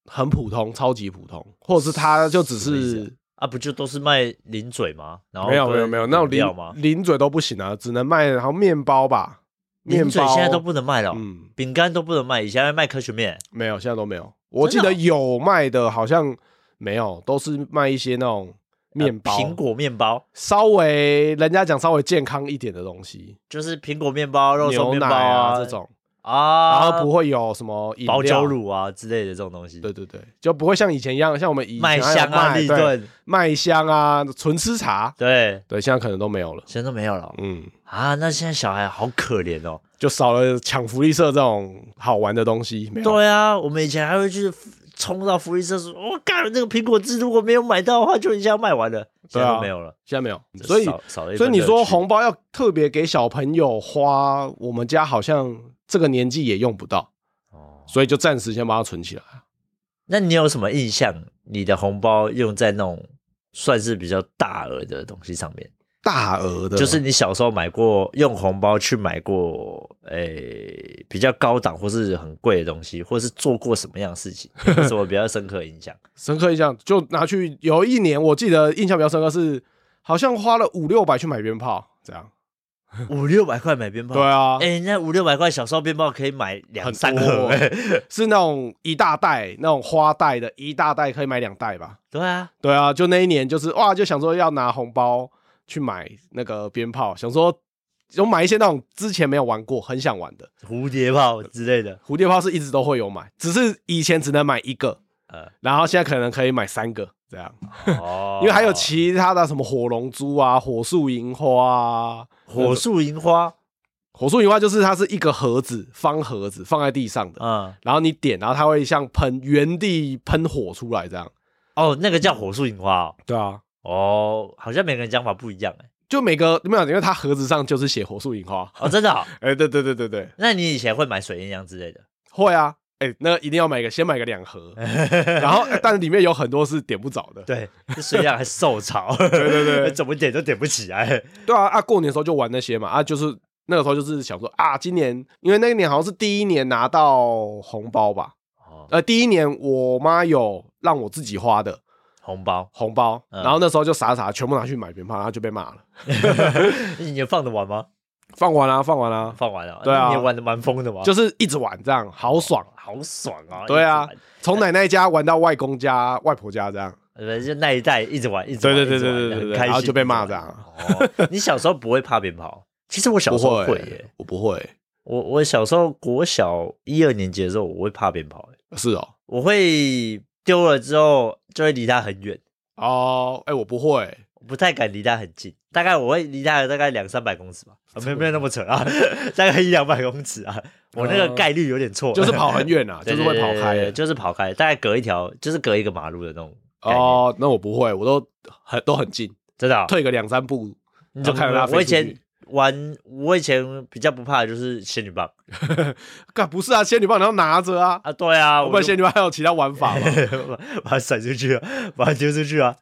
[SPEAKER 2] 很普通，超级普通，或者是他就只
[SPEAKER 1] 什么意
[SPEAKER 2] 是
[SPEAKER 1] 啊，不就都是卖零嘴吗？然后
[SPEAKER 2] 啊没有没有
[SPEAKER 1] 跟
[SPEAKER 2] 没有那种
[SPEAKER 1] 饮料
[SPEAKER 2] 零
[SPEAKER 1] 吗？
[SPEAKER 2] 零嘴都不行啊，只能卖然后面包吧，面
[SPEAKER 1] 零
[SPEAKER 2] 包
[SPEAKER 1] 嘴现在都不能卖了哦，
[SPEAKER 2] 嗯
[SPEAKER 1] 饼干都不能卖，以前还卖科学面。
[SPEAKER 2] 没有，现在都没有。我记
[SPEAKER 1] 真的
[SPEAKER 2] 得
[SPEAKER 1] 哦
[SPEAKER 2] 有卖的，好像没有，都是卖一些那种面包、
[SPEAKER 1] 呃苹果面包
[SPEAKER 2] 稍微人家讲稍微健康一点的东西，
[SPEAKER 1] 就是苹果面包、肉松
[SPEAKER 2] 牛
[SPEAKER 1] 面包
[SPEAKER 2] 奶啊这种，然
[SPEAKER 1] 啊，
[SPEAKER 2] 后不会有什么饮
[SPEAKER 1] 保
[SPEAKER 2] 料
[SPEAKER 1] 酒，乳啊之类的这种东西。
[SPEAKER 2] 对对对，就不会像以前一样，像我们以前
[SPEAKER 1] 麦
[SPEAKER 2] 还有
[SPEAKER 1] 香啊、
[SPEAKER 2] 卖
[SPEAKER 1] 立
[SPEAKER 2] 对
[SPEAKER 1] 顿，
[SPEAKER 2] 麦香啊，纯吃茶，
[SPEAKER 1] 对，
[SPEAKER 2] 对，现在可能都没有了。
[SPEAKER 1] 现在都没有了
[SPEAKER 2] 嗯，
[SPEAKER 1] 啊。那现在小孩好可怜哦。
[SPEAKER 2] 就少了抢福利社这种好玩的东西，没有。
[SPEAKER 1] 对啊，我们以前还会去冲到福利社说：“我干，这个苹果汁如果没有买到的话，就一下卖完了。”现
[SPEAKER 2] 对啊
[SPEAKER 1] 在都没有了，
[SPEAKER 2] 现在没有，所以
[SPEAKER 1] 少少了一
[SPEAKER 2] 所以
[SPEAKER 1] 份
[SPEAKER 2] 你
[SPEAKER 1] 乐
[SPEAKER 2] 说
[SPEAKER 1] 趣
[SPEAKER 2] 红包要特别给小朋友花，我们家好像这个年纪也用不到，
[SPEAKER 1] 哦。
[SPEAKER 2] 所以就暂时先把它存起来。
[SPEAKER 1] 那你有什么印象？你的红包用在那种算是比较大额的东西上面，
[SPEAKER 2] 大额的，
[SPEAKER 1] 就是你小时候买过用红包去买过，诶、比较高档或是很贵的东西，或是做过什么样的事情，有没有什么比较深刻的印象？
[SPEAKER 2] 深刻印象，就拿去有一年我记得印象比较深刻是，好像花了五六百去买鞭炮，这样。
[SPEAKER 1] 五六百块买鞭炮，
[SPEAKER 2] 对啊，
[SPEAKER 1] 嗯哎、那五六百块小时候鞭炮可以买两
[SPEAKER 2] 很
[SPEAKER 1] 三
[SPEAKER 2] 多
[SPEAKER 1] 盒、 *laughs* 欸，
[SPEAKER 2] 是那种一大袋那种花袋的，一大袋可以买两袋吧。
[SPEAKER 1] 对啊，
[SPEAKER 2] 对啊，就那一年就是哇，就想说要拿红包去买那个鞭炮，想说有买一些那种之前没有玩过，很想玩的
[SPEAKER 1] 蝴蝶炮之类的，
[SPEAKER 2] 蝴蝶炮是一直都会有买，只是以前只能买一个，
[SPEAKER 1] 呃，
[SPEAKER 2] 然后现在可能可以买三个，这样，
[SPEAKER 1] 哦，
[SPEAKER 2] 因为还有其他的什么火龙珠啊、火树银花啊，
[SPEAKER 1] 火树银花，
[SPEAKER 2] 火树银花就是它是一个盒子，方盒子放在地上的，
[SPEAKER 1] 嗯，
[SPEAKER 2] 然后你点，然后它会像喷原地喷火出来这样。
[SPEAKER 1] 哦，那个叫火树银花哦，
[SPEAKER 2] 对啊，
[SPEAKER 1] 哦，好像每个人讲法不一样哎，
[SPEAKER 2] 就每个没有，因为它盒子上就是写火树银花。 *laughs*
[SPEAKER 1] 哦，真的哦，
[SPEAKER 2] 哎、对对对对对，
[SPEAKER 1] 那你以前会买水鸳鸯之类的？
[SPEAKER 2] 会啊。哎、那一定要买个，先买个
[SPEAKER 1] *laughs*
[SPEAKER 2] 两盒，然后呃但是里面有很多是点不着的。
[SPEAKER 1] 对，这水量还受潮，对
[SPEAKER 2] 对对
[SPEAKER 1] *laughs* 怎么点都点不起来。
[SPEAKER 2] 对啊，啊，过年的时候就玩那些嘛，啊，就是那个时候就是想说啊，今年因为那一年好像是第一年拿到红包吧，
[SPEAKER 1] 哦，
[SPEAKER 2] 呃，第一年我妈有让我自己花的
[SPEAKER 1] 红包，
[SPEAKER 2] 红包，
[SPEAKER 1] 嗯
[SPEAKER 2] 然后那时候就傻傻全部拿去买鞭炮，然后就被骂了，
[SPEAKER 1] 你放得完吗？
[SPEAKER 2] 放完啦、放完啦、
[SPEAKER 1] 放完了，
[SPEAKER 2] 对啊
[SPEAKER 1] 那你也玩的蛮疯的嘛，
[SPEAKER 2] 就是一直玩这样，好爽，
[SPEAKER 1] 好爽啊！
[SPEAKER 2] 对啊
[SPEAKER 1] 一直玩，
[SPEAKER 2] 从奶奶家玩到外公家、外婆家这样，
[SPEAKER 1] 呃，就那一代一直玩，一直玩，
[SPEAKER 2] 对对
[SPEAKER 1] 一直玩
[SPEAKER 2] 对对对对
[SPEAKER 1] 很
[SPEAKER 2] 对
[SPEAKER 1] 开心，
[SPEAKER 2] 然后就被骂
[SPEAKER 1] 一直玩
[SPEAKER 2] 这样。
[SPEAKER 1] 哦，你小时候不会怕鞭炮？其实我小
[SPEAKER 2] 不
[SPEAKER 1] 时候
[SPEAKER 2] 会
[SPEAKER 1] 会耶，
[SPEAKER 2] 我不会，
[SPEAKER 1] 我我小时候国小一二年级的时候，我会怕鞭炮耶，欸
[SPEAKER 2] 是哦，
[SPEAKER 1] 我会丢了之后就会离它很远，
[SPEAKER 2] 哦，哎，我不会，
[SPEAKER 1] 我不太敢离它很近，大概我会离它大概两三百公
[SPEAKER 2] *laughs*
[SPEAKER 1] 尺吧，啊、没有没有那么扯啊， *laughs* 大概一两百公尺啊，我那个概率有点错，
[SPEAKER 2] 呃就是跑很远啊，
[SPEAKER 1] *laughs* 对，
[SPEAKER 2] 就是会跑
[SPEAKER 1] 对对对
[SPEAKER 2] 开
[SPEAKER 1] 对。就是跑开，大概隔一条，就是隔一个马路的那种。哦，
[SPEAKER 2] 哦，那我不会，我都很都很近，
[SPEAKER 1] 真的哦、
[SPEAKER 2] 退个两三步
[SPEAKER 1] 你怎么
[SPEAKER 2] 然后看着它
[SPEAKER 1] 不会我
[SPEAKER 2] 飞
[SPEAKER 1] 以
[SPEAKER 2] 出去
[SPEAKER 1] 前玩，我以前比较不怕的就是仙女棒
[SPEAKER 2] 干不是啊，仙女棒你要拿着啊，
[SPEAKER 1] 啊，对啊，
[SPEAKER 2] *laughs* 我不
[SPEAKER 1] 我
[SPEAKER 2] 然仙
[SPEAKER 1] 就
[SPEAKER 2] 女棒还有其他玩法
[SPEAKER 1] *laughs*
[SPEAKER 2] 吗？
[SPEAKER 1] 把把它甩出去啊，把它丢出去啊，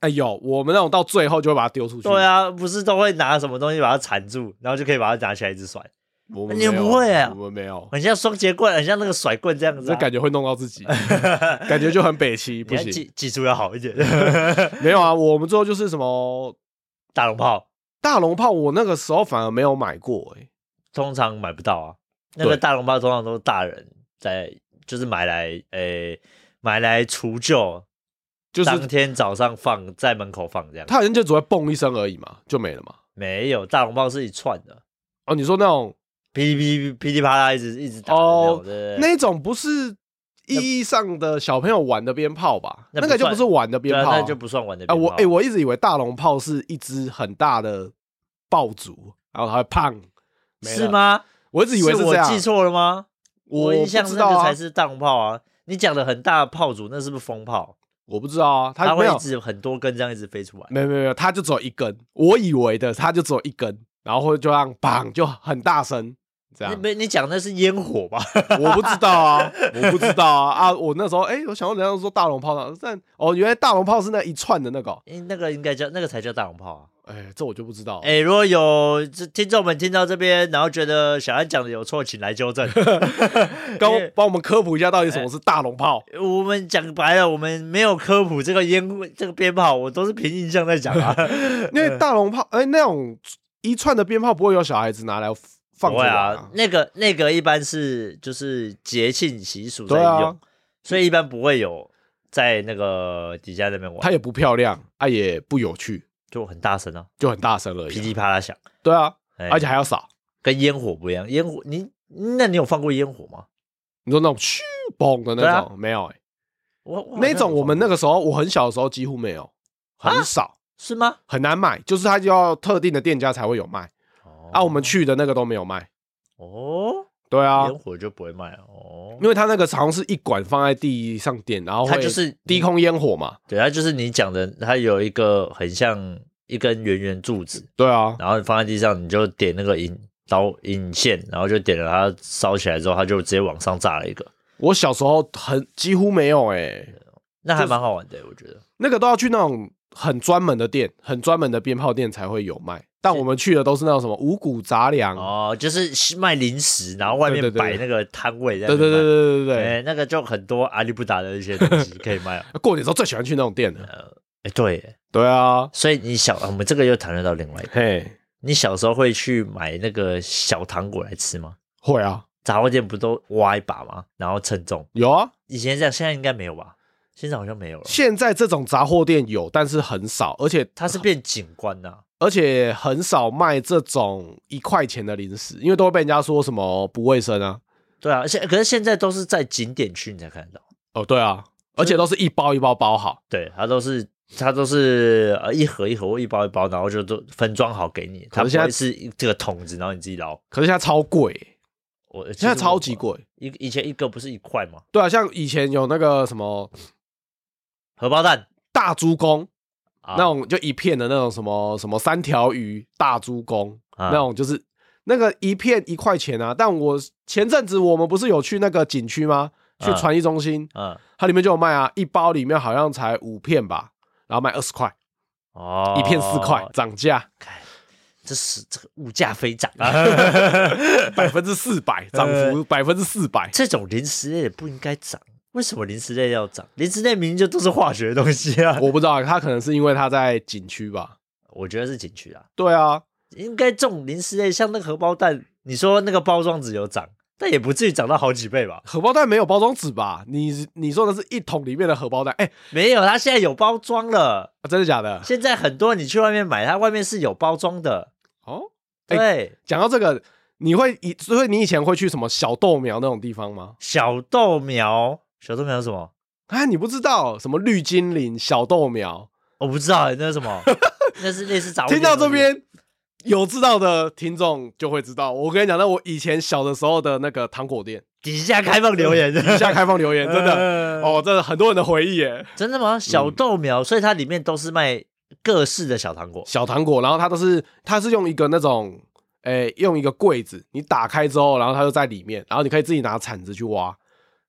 [SPEAKER 2] 哎呦，我们那种到最后就会把它丢出去。
[SPEAKER 1] 对，啊，不是都会拿什么东西把它缠住，然后就可以把它拿起来一直甩，
[SPEAKER 2] 我们
[SPEAKER 1] 你们
[SPEAKER 2] 没有
[SPEAKER 1] 不会啊
[SPEAKER 2] 我们没有，
[SPEAKER 1] 很像双节棍，很像那个甩棍这样子、
[SPEAKER 2] 这
[SPEAKER 1] 啊，
[SPEAKER 2] 感觉会弄到自己， *laughs*
[SPEAKER 1] *laughs*
[SPEAKER 2] 感觉就很北齐，
[SPEAKER 1] 你
[SPEAKER 2] 不
[SPEAKER 1] 还
[SPEAKER 2] 行。
[SPEAKER 1] 技技术要好一
[SPEAKER 2] *laughs*
[SPEAKER 1] 点。
[SPEAKER 2] 没有啊，我们最后就是什么
[SPEAKER 1] 大龙炮
[SPEAKER 2] 大龙炮，我那个时候反而没有买过，哎，
[SPEAKER 1] 通常买不到啊，那个
[SPEAKER 2] 对
[SPEAKER 1] 大龙炮通常都是大人在，就是买来诶、买来除旧，
[SPEAKER 2] 就是
[SPEAKER 1] 当天早上放在门口放这样。
[SPEAKER 2] 它好像就只会嘣一声而已嘛，就没了嘛。
[SPEAKER 1] 没有大龙炮是一串的，
[SPEAKER 2] 哦，你说那种
[SPEAKER 1] 噼里噼里噼里啪啦一直一直打的
[SPEAKER 2] 哦
[SPEAKER 1] 那种，对
[SPEAKER 2] 那种不是意义上的小朋友玩的鞭炮吧？
[SPEAKER 1] 那
[SPEAKER 2] 那
[SPEAKER 1] 不
[SPEAKER 2] 个就不
[SPEAKER 1] 算
[SPEAKER 2] 是玩的
[SPEAKER 1] 对对
[SPEAKER 2] 鞭
[SPEAKER 1] 啊
[SPEAKER 2] 炮啊，
[SPEAKER 1] 那就不算玩的
[SPEAKER 2] 啊，
[SPEAKER 1] 鞭
[SPEAKER 2] 我
[SPEAKER 1] 炮
[SPEAKER 2] 哎、我一直以为大龙炮是一支很大的爆竹，然后它会砰，没
[SPEAKER 1] 是
[SPEAKER 2] 了？
[SPEAKER 1] 吗？
[SPEAKER 2] 我一直以为
[SPEAKER 1] 是
[SPEAKER 2] 这
[SPEAKER 1] 我
[SPEAKER 2] 样，
[SPEAKER 1] 记错了吗？
[SPEAKER 2] 我
[SPEAKER 1] 印
[SPEAKER 2] 不
[SPEAKER 1] 象
[SPEAKER 2] 知
[SPEAKER 1] 中
[SPEAKER 2] 道
[SPEAKER 1] 那个
[SPEAKER 2] 啊
[SPEAKER 1] 才，是大龙炮啊！你讲的很大的炮竹，那是不是风炮？
[SPEAKER 2] 我不知道啊，
[SPEAKER 1] 它
[SPEAKER 2] 它
[SPEAKER 1] 会
[SPEAKER 2] 没
[SPEAKER 1] 一
[SPEAKER 2] 有，
[SPEAKER 1] 直很多根这样一直飞出来。
[SPEAKER 2] 没有没有没有，它就只有一根，我以为的它就只有一根，然后会就让砰就很大声。这
[SPEAKER 1] 你
[SPEAKER 2] 样
[SPEAKER 1] 没你讲那是烟火吧？ *laughs*
[SPEAKER 2] 我不知道啊，我不知道啊啊！我那时候哎、我想到人家说大龙炮呢，但哦，原来大龙炮是那一串的那个哦，
[SPEAKER 1] 诶那个应该叫那个才叫大龙炮啊！
[SPEAKER 2] 哎、这我就不知道了。
[SPEAKER 1] 哎、如果有这听众们听到这边，然后觉得小安讲的有错，请来纠
[SPEAKER 2] *laughs*
[SPEAKER 1] 正。
[SPEAKER 2] 跟我
[SPEAKER 1] 因为
[SPEAKER 2] 哎
[SPEAKER 1] 哎
[SPEAKER 2] 帮我们科普一下，到底什么是大龙炮？
[SPEAKER 1] 我们讲白了，我们没有科普这个烟这个鞭炮，我都是凭印象在讲啊。
[SPEAKER 2] 因为大龙炮，哎、那种一串的鞭炮不会有小孩子拿来 *laughs* 放
[SPEAKER 1] 不
[SPEAKER 2] 着
[SPEAKER 1] 会
[SPEAKER 2] 玩
[SPEAKER 1] 啊，那个那个一般是就是节庆习俗在
[SPEAKER 2] 对
[SPEAKER 1] 用，
[SPEAKER 2] 啊，
[SPEAKER 1] 所以一般不会有在那个底下那边玩，
[SPEAKER 2] 它也不漂亮，啊也不有趣，
[SPEAKER 1] 就很大声啊，
[SPEAKER 2] 就很大声而
[SPEAKER 1] 噼
[SPEAKER 2] 已啊、
[SPEAKER 1] 里啪啦响，
[SPEAKER 2] 对啊，
[SPEAKER 1] 哎
[SPEAKER 2] 而且还要少。
[SPEAKER 1] 跟烟火不一样。烟火，你那你有放过烟火吗？
[SPEAKER 2] 你说那种嘘嘣的
[SPEAKER 1] 对
[SPEAKER 2] 那
[SPEAKER 1] 啊
[SPEAKER 2] 种、没有、哎，
[SPEAKER 1] 我我好像
[SPEAKER 2] 那种
[SPEAKER 1] 有
[SPEAKER 2] 我们那
[SPEAKER 1] 放过
[SPEAKER 2] 个时候我很小的时候几乎没有，
[SPEAKER 1] 啊
[SPEAKER 2] 很少，
[SPEAKER 1] 是吗？
[SPEAKER 2] 很难买，就是它就要特定的店家才会有卖
[SPEAKER 1] 哦
[SPEAKER 2] 啊。我们去的那个都没有卖，
[SPEAKER 1] 哦，
[SPEAKER 2] 对啊，
[SPEAKER 1] 烟火就不会卖了哦。
[SPEAKER 2] 因为它那个好像是一管放在地上点，然后
[SPEAKER 1] 它
[SPEAKER 2] 会
[SPEAKER 1] 就是
[SPEAKER 2] 低空烟火嘛，
[SPEAKER 1] 对，它就是你讲的，它有一个很像一根圆圆柱子，
[SPEAKER 2] 对啊，
[SPEAKER 1] 然后放在地上，你就点那个引导引线，然后就点了它，烧起来之后，它就直接往上炸了一个，
[SPEAKER 2] 我小时候很几乎没有哎、
[SPEAKER 1] 那还蛮好玩的，我觉得。
[SPEAKER 2] 那个都要去那种很专门的店，很专门的鞭炮店才会有卖。但我们去的都是那种什么五谷杂粮，
[SPEAKER 1] 哦，就是卖零食，然后外
[SPEAKER 2] 对
[SPEAKER 1] 面
[SPEAKER 2] 对对
[SPEAKER 1] 摆那个摊位在那
[SPEAKER 2] 对
[SPEAKER 1] 边
[SPEAKER 2] 对对
[SPEAKER 1] 卖。
[SPEAKER 2] 对对对对。
[SPEAKER 1] 哎，那个就很多阿里不达的一些东西可以卖。哦
[SPEAKER 2] 过年的时候最喜欢去那种店了。
[SPEAKER 1] *laughs* 哎，对，
[SPEAKER 2] 对啊，
[SPEAKER 1] 所以你小，我们这个又谈论到另外一个，
[SPEAKER 2] 嘿，
[SPEAKER 1] 你小时候会去买那个小糖果来吃吗？
[SPEAKER 2] 会啊，
[SPEAKER 1] 杂货店不都挖一把吗？然后称重。
[SPEAKER 2] 有啊。
[SPEAKER 1] 以前这样，现在应该没有吧？现在好像没有了。
[SPEAKER 2] 现在这种杂货店有，但是很少，而且
[SPEAKER 1] 它是变景观呐、
[SPEAKER 2] 而且很少卖这种一块钱的零食，因为都会被人家说什么不卫生啊。
[SPEAKER 1] 对啊，现可是现在都是在景点区你才看得到，
[SPEAKER 2] 哦，对啊，而且都是一包一包包好。
[SPEAKER 1] 对，它都是它都是呃一盒一盒或一包一包，然后就都分装好给你。它
[SPEAKER 2] 可
[SPEAKER 1] 不
[SPEAKER 2] 是现在
[SPEAKER 1] 会是一这个桶子，然后你自己捞。
[SPEAKER 2] 可是现在超贵，
[SPEAKER 1] 我
[SPEAKER 2] 现在超级，贵。
[SPEAKER 1] 其实我一以前一个不是一块吗？
[SPEAKER 2] 对啊，像以前有那个什么
[SPEAKER 1] 荷包蛋
[SPEAKER 2] 大猪公，
[SPEAKER 1] 啊，
[SPEAKER 2] 那种就一片的那种什么什么三条鱼大猪公，
[SPEAKER 1] 啊
[SPEAKER 2] 那种就是那个一片一块钱啊。但我前阵子我们不是有去那个景区吗？去
[SPEAKER 1] 啊
[SPEAKER 2] 传艺中心，
[SPEAKER 1] 嗯
[SPEAKER 2] 它里面就有卖啊，一包里面好像才五片吧，然后卖二十块，
[SPEAKER 1] 哦，
[SPEAKER 2] 一片四块，涨
[SPEAKER 1] *laughs*
[SPEAKER 2] 价
[SPEAKER 1] 这是这个物价飞涨
[SPEAKER 2] *laughs*
[SPEAKER 1] *laughs*
[SPEAKER 2] 百分之四百，涨幅
[SPEAKER 1] 呃
[SPEAKER 2] 百分之四百。
[SPEAKER 1] 这种零食类的不应该涨，为什么零食类要涨？零食类明明就都是化学的东西啊！我
[SPEAKER 2] 我不知道，它可能是因为它在景区吧？
[SPEAKER 1] 我觉得是景区啊，
[SPEAKER 2] 对啊，
[SPEAKER 1] 应该这种零食类，像那个荷包蛋，你说那个包装纸有涨，但也不至于涨到好几倍吧？
[SPEAKER 2] 荷包蛋没有包装纸吧？你你说的是一桶里面的荷包蛋？哎、啊
[SPEAKER 1] 没有，它现在有包装了。
[SPEAKER 2] 真的假的？
[SPEAKER 1] 现在很多你去外面买，它外面是有包装的。
[SPEAKER 2] 哦，哎
[SPEAKER 1] 对，
[SPEAKER 2] 讲到这个，你会以所以你以前会去什么小豆苗那种地方吗？
[SPEAKER 1] 小豆苗，小豆苗是什么？
[SPEAKER 2] 啊，你不知道什么绿精灵、小豆苗？
[SPEAKER 1] 我不知道、那是什
[SPEAKER 2] *laughs*
[SPEAKER 1] 么？那是类似杂物
[SPEAKER 2] 听
[SPEAKER 1] 店
[SPEAKER 2] 到
[SPEAKER 1] 的东西。
[SPEAKER 2] 这边有知道的听众就会知道，我跟你讲，那我以前小的时候的那个糖果店，
[SPEAKER 1] 底下开放留
[SPEAKER 2] *laughs*
[SPEAKER 1] 言， *laughs*
[SPEAKER 2] 底下开放留言，真 *laughs* 的。哦，这很多人的回忆耶，
[SPEAKER 1] 真的吗？小豆苗，所以它里面都是卖各式的小糖果。
[SPEAKER 2] 小糖果，然后它都是它是用一个那种，诶、用一个柜子，你打开之后，然后它就在里面，然后你可以自己拿铲子去挖，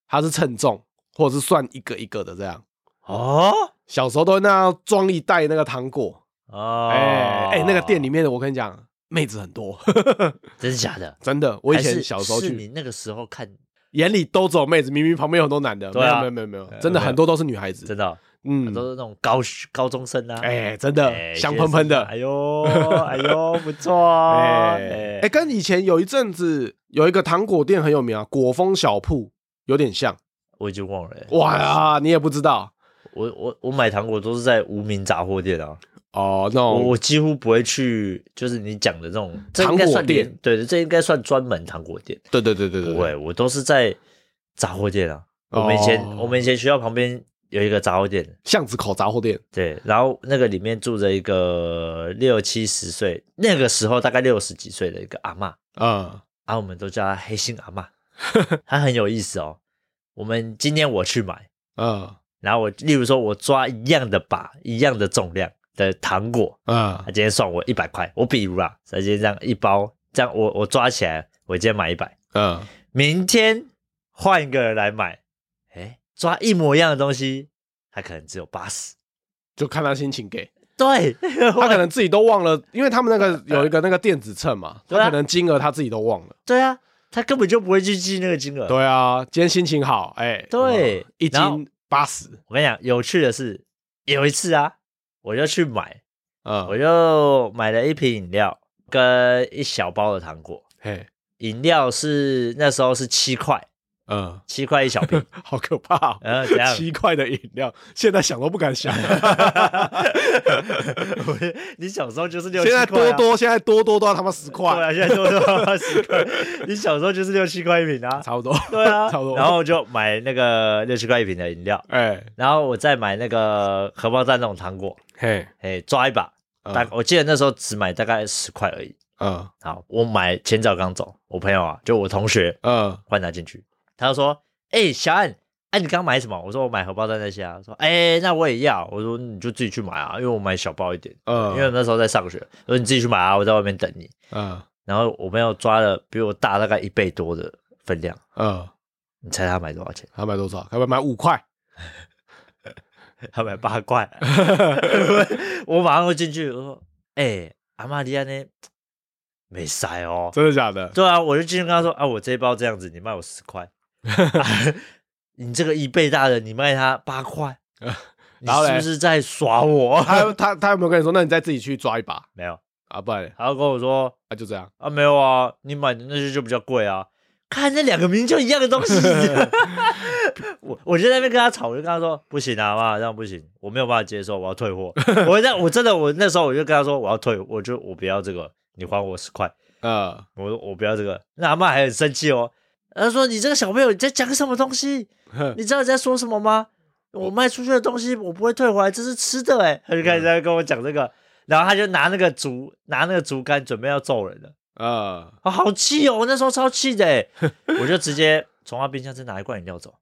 [SPEAKER 2] 它是称重或者是算一个一个的这样。
[SPEAKER 1] 哦
[SPEAKER 2] 小时候都会那样装一袋那个糖果，
[SPEAKER 1] 哦，
[SPEAKER 2] 哎哎，那个店里面的我跟你讲，妹子很多， *laughs*
[SPEAKER 1] 真的假的？
[SPEAKER 2] 真的。我以
[SPEAKER 1] 还
[SPEAKER 2] 前
[SPEAKER 1] 是
[SPEAKER 2] 小时候
[SPEAKER 1] 是
[SPEAKER 2] 去，嗯
[SPEAKER 1] 你那个时候看
[SPEAKER 2] 眼里都只有妹子，明明旁边有很多男的，没
[SPEAKER 1] 对啊
[SPEAKER 2] 有没有没有没有，真的
[SPEAKER 1] 没有
[SPEAKER 2] 很多都是女孩子
[SPEAKER 1] 真，的哦、
[SPEAKER 2] 嗯，
[SPEAKER 1] 都是那种高高中生啊，
[SPEAKER 2] 哎，真
[SPEAKER 1] 哎，
[SPEAKER 2] 的香喷喷的，
[SPEAKER 1] 哎呦哎呦，
[SPEAKER 2] *laughs*
[SPEAKER 1] 不错哦，
[SPEAKER 2] 哎
[SPEAKER 1] 哎
[SPEAKER 2] 哎，跟以前有一阵子有一个糖果店很有名啊，果风小铺有点像，
[SPEAKER 1] 我已经忘了、哎
[SPEAKER 2] 哇呀，你也不知道
[SPEAKER 1] 我我我买糖果都是在无名杂货店啊，
[SPEAKER 2] 哦，那
[SPEAKER 1] 我
[SPEAKER 2] 种
[SPEAKER 1] 我几乎不会去，就是你讲的这种这
[SPEAKER 2] 糖
[SPEAKER 1] 应该
[SPEAKER 2] 果
[SPEAKER 1] 算
[SPEAKER 2] 店
[SPEAKER 1] 连，对对，这应该算专门糖果店。
[SPEAKER 2] 对对对对对
[SPEAKER 1] 不
[SPEAKER 2] 对，
[SPEAKER 1] 会，我都是在杂货店啊。我们以前、
[SPEAKER 2] 哦
[SPEAKER 1] 我们以前学校旁边有一个杂货店，
[SPEAKER 2] 巷子口杂货店，
[SPEAKER 1] 对，然后那个里面住着一个六七十岁，那个时候大概六十几岁的一个阿嬷，
[SPEAKER 2] 嗯，
[SPEAKER 1] 啊，我们都叫她黑心阿
[SPEAKER 2] *laughs*
[SPEAKER 1] 嬷，她很有意思哦。我们今天我去买，
[SPEAKER 2] 嗯
[SPEAKER 1] 然后我例如说我抓一样的把，一样的重量的糖果，她
[SPEAKER 2] 嗯，
[SPEAKER 1] 今天算我一百块，我比如啦，她今天这样一包，这样我我抓起来，我今天买一百，
[SPEAKER 2] 嗯，
[SPEAKER 1] 明天换一个人来买，哎，抓一模一样的东西，他可能只有八十。
[SPEAKER 2] 就看他心情给。
[SPEAKER 1] 对，
[SPEAKER 2] 他可能自己都忘了，因为他们那个有一个那个电子秤嘛，
[SPEAKER 1] 呃对啊
[SPEAKER 2] 他可能金额他自己都忘了。
[SPEAKER 1] *laughs* 对啊，他根本就不会去记那个金额。
[SPEAKER 2] 对啊，今天心情好，哎，
[SPEAKER 1] 呃对
[SPEAKER 2] 嗯一
[SPEAKER 1] 然后
[SPEAKER 2] 斤八十，
[SPEAKER 1] 我跟你讲，有趣的是，有一次啊，我就去买，我
[SPEAKER 2] 嗯，
[SPEAKER 1] 就买了一瓶饮料跟一小包的糖果。
[SPEAKER 2] 嘿，
[SPEAKER 1] 饮料是那时候是七块，
[SPEAKER 2] 嗯，。
[SPEAKER 1] 七块一小瓶
[SPEAKER 2] *laughs* 好可怕哦，
[SPEAKER 1] 呃，怎样？
[SPEAKER 2] *laughs* 七块的饮料，现在想都不敢想。
[SPEAKER 1] *laughs* 我 *laughs* 你小时候就是六
[SPEAKER 2] 现
[SPEAKER 1] 七块、
[SPEAKER 2] 在
[SPEAKER 1] 啊，
[SPEAKER 2] 多多，现在多多都要他妈十块
[SPEAKER 1] 对，啊，现在多多二十块，你小时候就是六七块一瓶啊。
[SPEAKER 2] 差不多，
[SPEAKER 1] 对啊，
[SPEAKER 2] 差不多。
[SPEAKER 1] 然后就买那个六七块一瓶的饮料，
[SPEAKER 2] *laughs* 哎，
[SPEAKER 1] 然后我再买那个荷包蛋那种糖果，
[SPEAKER 2] 嘿，
[SPEAKER 1] 哎，抓一把。
[SPEAKER 2] 嗯
[SPEAKER 1] 大、我记得那时候只买大概十块而已。
[SPEAKER 2] 嗯
[SPEAKER 1] 好，我买前脚刚走，我朋友啊，就我同学
[SPEAKER 2] 嗯，
[SPEAKER 1] 换他进去，他就说：“哎、小安，哎、你刚买什么？”我说：“我买荷包蛋那些啊。”说：“哎、那我也要。”我说：“你就自己去买啊，因为我买小包一点，
[SPEAKER 2] 嗯
[SPEAKER 1] 因为那时候在上学。”我说：“你自己去买啊，我在外面等你。
[SPEAKER 2] 嗯”
[SPEAKER 1] 然后我朋友抓了比我大大概一倍多的分量，
[SPEAKER 2] 嗯，
[SPEAKER 1] 你猜他买多少钱？
[SPEAKER 2] 他买多少？他买买五块，
[SPEAKER 1] 他买八块，啊 *laughs* 我马上就进去，我说：“哎、阿玛利亚呢？没塞哦。
[SPEAKER 2] 真的假”的？
[SPEAKER 1] 对啊，我就进去跟他说：“啊，我这一包这样子，你卖我十 *laughs* 块，啊你这个一倍大的，你卖他八块，你
[SPEAKER 2] 然后
[SPEAKER 1] 是
[SPEAKER 2] 嘞
[SPEAKER 1] 不是在耍我 *laughs*
[SPEAKER 2] *laughs* 他他他有没有跟你说？那你再自己去抓一把？”
[SPEAKER 1] 没有，
[SPEAKER 2] 啊？不然嘞
[SPEAKER 1] 他就跟我说
[SPEAKER 2] 啊，就这样。：“
[SPEAKER 1] 啊，没有啊，你买的那些就比较贵啊。”看那两个明明就一样的东西， *laughs* 我我就在那边跟他吵，我就跟他说不行啊，妈这样不行，我没有办法接受，我要退货。我那我真的我那时候我就跟他说我要退，我就我不要这个，你还我十块。
[SPEAKER 2] 嗯。
[SPEAKER 1] 我说我不要这个，那阿妈还很生气哦，她说你这个小朋友你在讲什么东西？
[SPEAKER 2] 哼
[SPEAKER 1] 你知道你在说什么吗？我卖出去的东西我不会退回来，这是吃的哎、他就开始在跟我讲这个，然后他就拿那个竹拿那个竹竿准备要揍人了，
[SPEAKER 2] 呃，
[SPEAKER 1] 啊，好气哦！我那时候超气的欸， *laughs* 我就直接从他冰箱再拿一罐饮料走。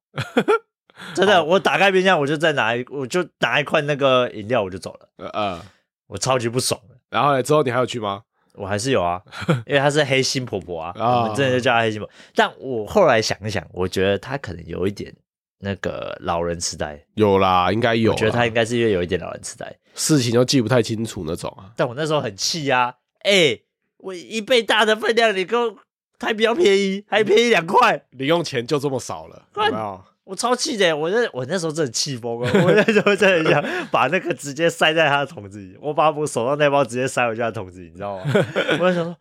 [SPEAKER 1] 真的，我打开冰箱，我就再拿一，我就拿一罐那个饮料，我就走了。
[SPEAKER 2] 呃呃，
[SPEAKER 1] 我超级不爽的，
[SPEAKER 2] 然后呢？之后你还有去吗？
[SPEAKER 1] 我还是有啊，因为她是黑心婆婆啊，
[SPEAKER 2] 啊
[SPEAKER 1] 我们真的就叫她黑心婆婆。但我后来想一想，我觉得她可能有一点那个老人痴呆，
[SPEAKER 2] 有啦，应该有啦。
[SPEAKER 1] 我觉得她应该是因为有一点老人痴呆。
[SPEAKER 2] 事情都记不太清楚那种啊。
[SPEAKER 1] 但我那时候很气啊，哎、我一倍大的分量，你给我还比较便宜，还便宜两块，
[SPEAKER 2] 零用钱就这么少了，有
[SPEAKER 1] 然
[SPEAKER 2] 没有？
[SPEAKER 1] 我超气的，我那我那时候真的气疯了，我那时候真的很想把那个直接塞在他的桶子里，我把我手上那包直接塞回去他的桶子里，你知道吗？ *laughs* 我就想说，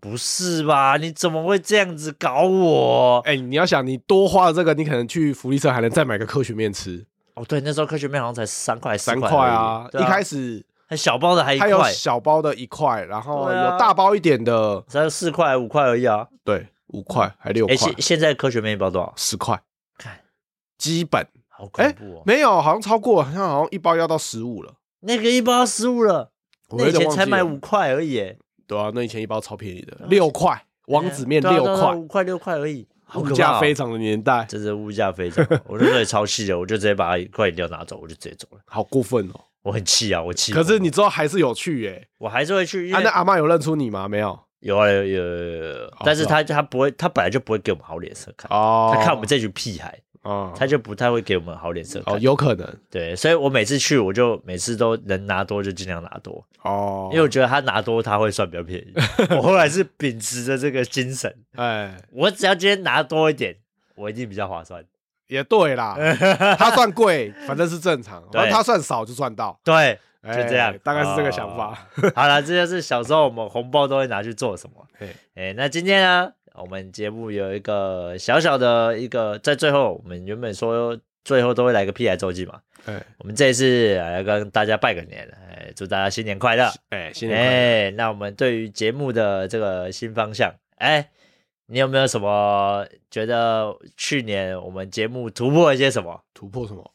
[SPEAKER 1] 不是吧？你怎么会这样子搞我？
[SPEAKER 2] 哎、你要想，你多花了这个，你可能去福利社还能再买个科学面吃，
[SPEAKER 1] 哦，对，那时候科学面好像才三块，四
[SPEAKER 2] 三块
[SPEAKER 1] 块
[SPEAKER 2] 啊。
[SPEAKER 1] 而已对
[SPEAKER 2] 一开始
[SPEAKER 1] 还小包的还一
[SPEAKER 2] 它有
[SPEAKER 1] 块，
[SPEAKER 2] 小包的一块，然后
[SPEAKER 1] 对啊
[SPEAKER 2] 有大包一点的，
[SPEAKER 1] 才有四块五块而已啊。
[SPEAKER 2] 对，五块还六
[SPEAKER 1] 哎，
[SPEAKER 2] 块，
[SPEAKER 1] 现现在科学面一包多少？
[SPEAKER 2] 十块
[SPEAKER 1] 看，
[SPEAKER 2] 基本
[SPEAKER 1] 好恐
[SPEAKER 2] 哎
[SPEAKER 1] 怖哦！
[SPEAKER 2] 没有，好像超过，好像好像一包要到十五了。
[SPEAKER 1] 那个一包十五了，
[SPEAKER 2] 我
[SPEAKER 1] 那
[SPEAKER 2] 有
[SPEAKER 1] 以
[SPEAKER 2] 点
[SPEAKER 1] 前
[SPEAKER 2] 忘
[SPEAKER 1] 才
[SPEAKER 2] 记
[SPEAKER 1] 买
[SPEAKER 2] 了
[SPEAKER 1] 五块而已耶，
[SPEAKER 2] 对啊，那以前一包超便宜的，
[SPEAKER 1] 对啊
[SPEAKER 2] 六块，王子面
[SPEAKER 1] 对啊
[SPEAKER 2] 六
[SPEAKER 1] 对啊对啊
[SPEAKER 2] 块，
[SPEAKER 1] 五块六块而已，好
[SPEAKER 2] 物
[SPEAKER 1] 可怕
[SPEAKER 2] 价
[SPEAKER 1] 哦
[SPEAKER 2] 飞涨的年代，
[SPEAKER 1] 真是物价飞涨，我那时候也超气的，我就直接把一块饮料拿走，我就直接走了，
[SPEAKER 2] 好过分哦。
[SPEAKER 1] 我很气啊，我气。
[SPEAKER 2] 可是你之后还是有去耶、
[SPEAKER 1] 我还是会去，因
[SPEAKER 2] 啊，
[SPEAKER 1] 为
[SPEAKER 2] 那阿妈有认出你吗？没有
[SPEAKER 1] 有啊有有有有有，但是他他不会，他本来就不会给我们好脸色看，
[SPEAKER 2] 啊哦，
[SPEAKER 1] 他看我们这群屁孩，
[SPEAKER 2] 啊，
[SPEAKER 1] 他就不太会给我们好脸色
[SPEAKER 2] 哦，
[SPEAKER 1] 看。
[SPEAKER 2] 有可能
[SPEAKER 1] 对，所以我每次去，我就每次都能拿多就尽量拿多，
[SPEAKER 2] 哦，
[SPEAKER 1] 因为我觉得他拿多他会算比较便
[SPEAKER 2] *laughs*
[SPEAKER 1] 宜。我后来是秉持着这个精神，
[SPEAKER 2] 哎，
[SPEAKER 1] 我只要今天拿多一点，我一定比较划算。
[SPEAKER 2] 也对
[SPEAKER 1] *laughs*
[SPEAKER 2] 啦，他算贵，反正是正常，
[SPEAKER 1] 对
[SPEAKER 2] 然后他算少就赚到，
[SPEAKER 1] 对，
[SPEAKER 2] 就
[SPEAKER 1] 这样
[SPEAKER 2] 哎大概是这个哦想法。
[SPEAKER 1] 好了，这就是小时候我们红包都会拿去做什么。
[SPEAKER 2] 嘿
[SPEAKER 1] 哎、那今天呢，我们节目有一个小小的一个，在最后，我们原本说最后都会来个屁孩周记嘛，
[SPEAKER 2] 哎
[SPEAKER 1] 我们这一次呃要跟大家拜个年，哎、祝大家新年快乐！
[SPEAKER 2] 哎，
[SPEAKER 1] 哎、
[SPEAKER 2] 新年快乐！
[SPEAKER 1] 那我们对于节目的这个新方向，哎、你有没有什么觉得去年我们节目突破了些什么？
[SPEAKER 2] 突破什么？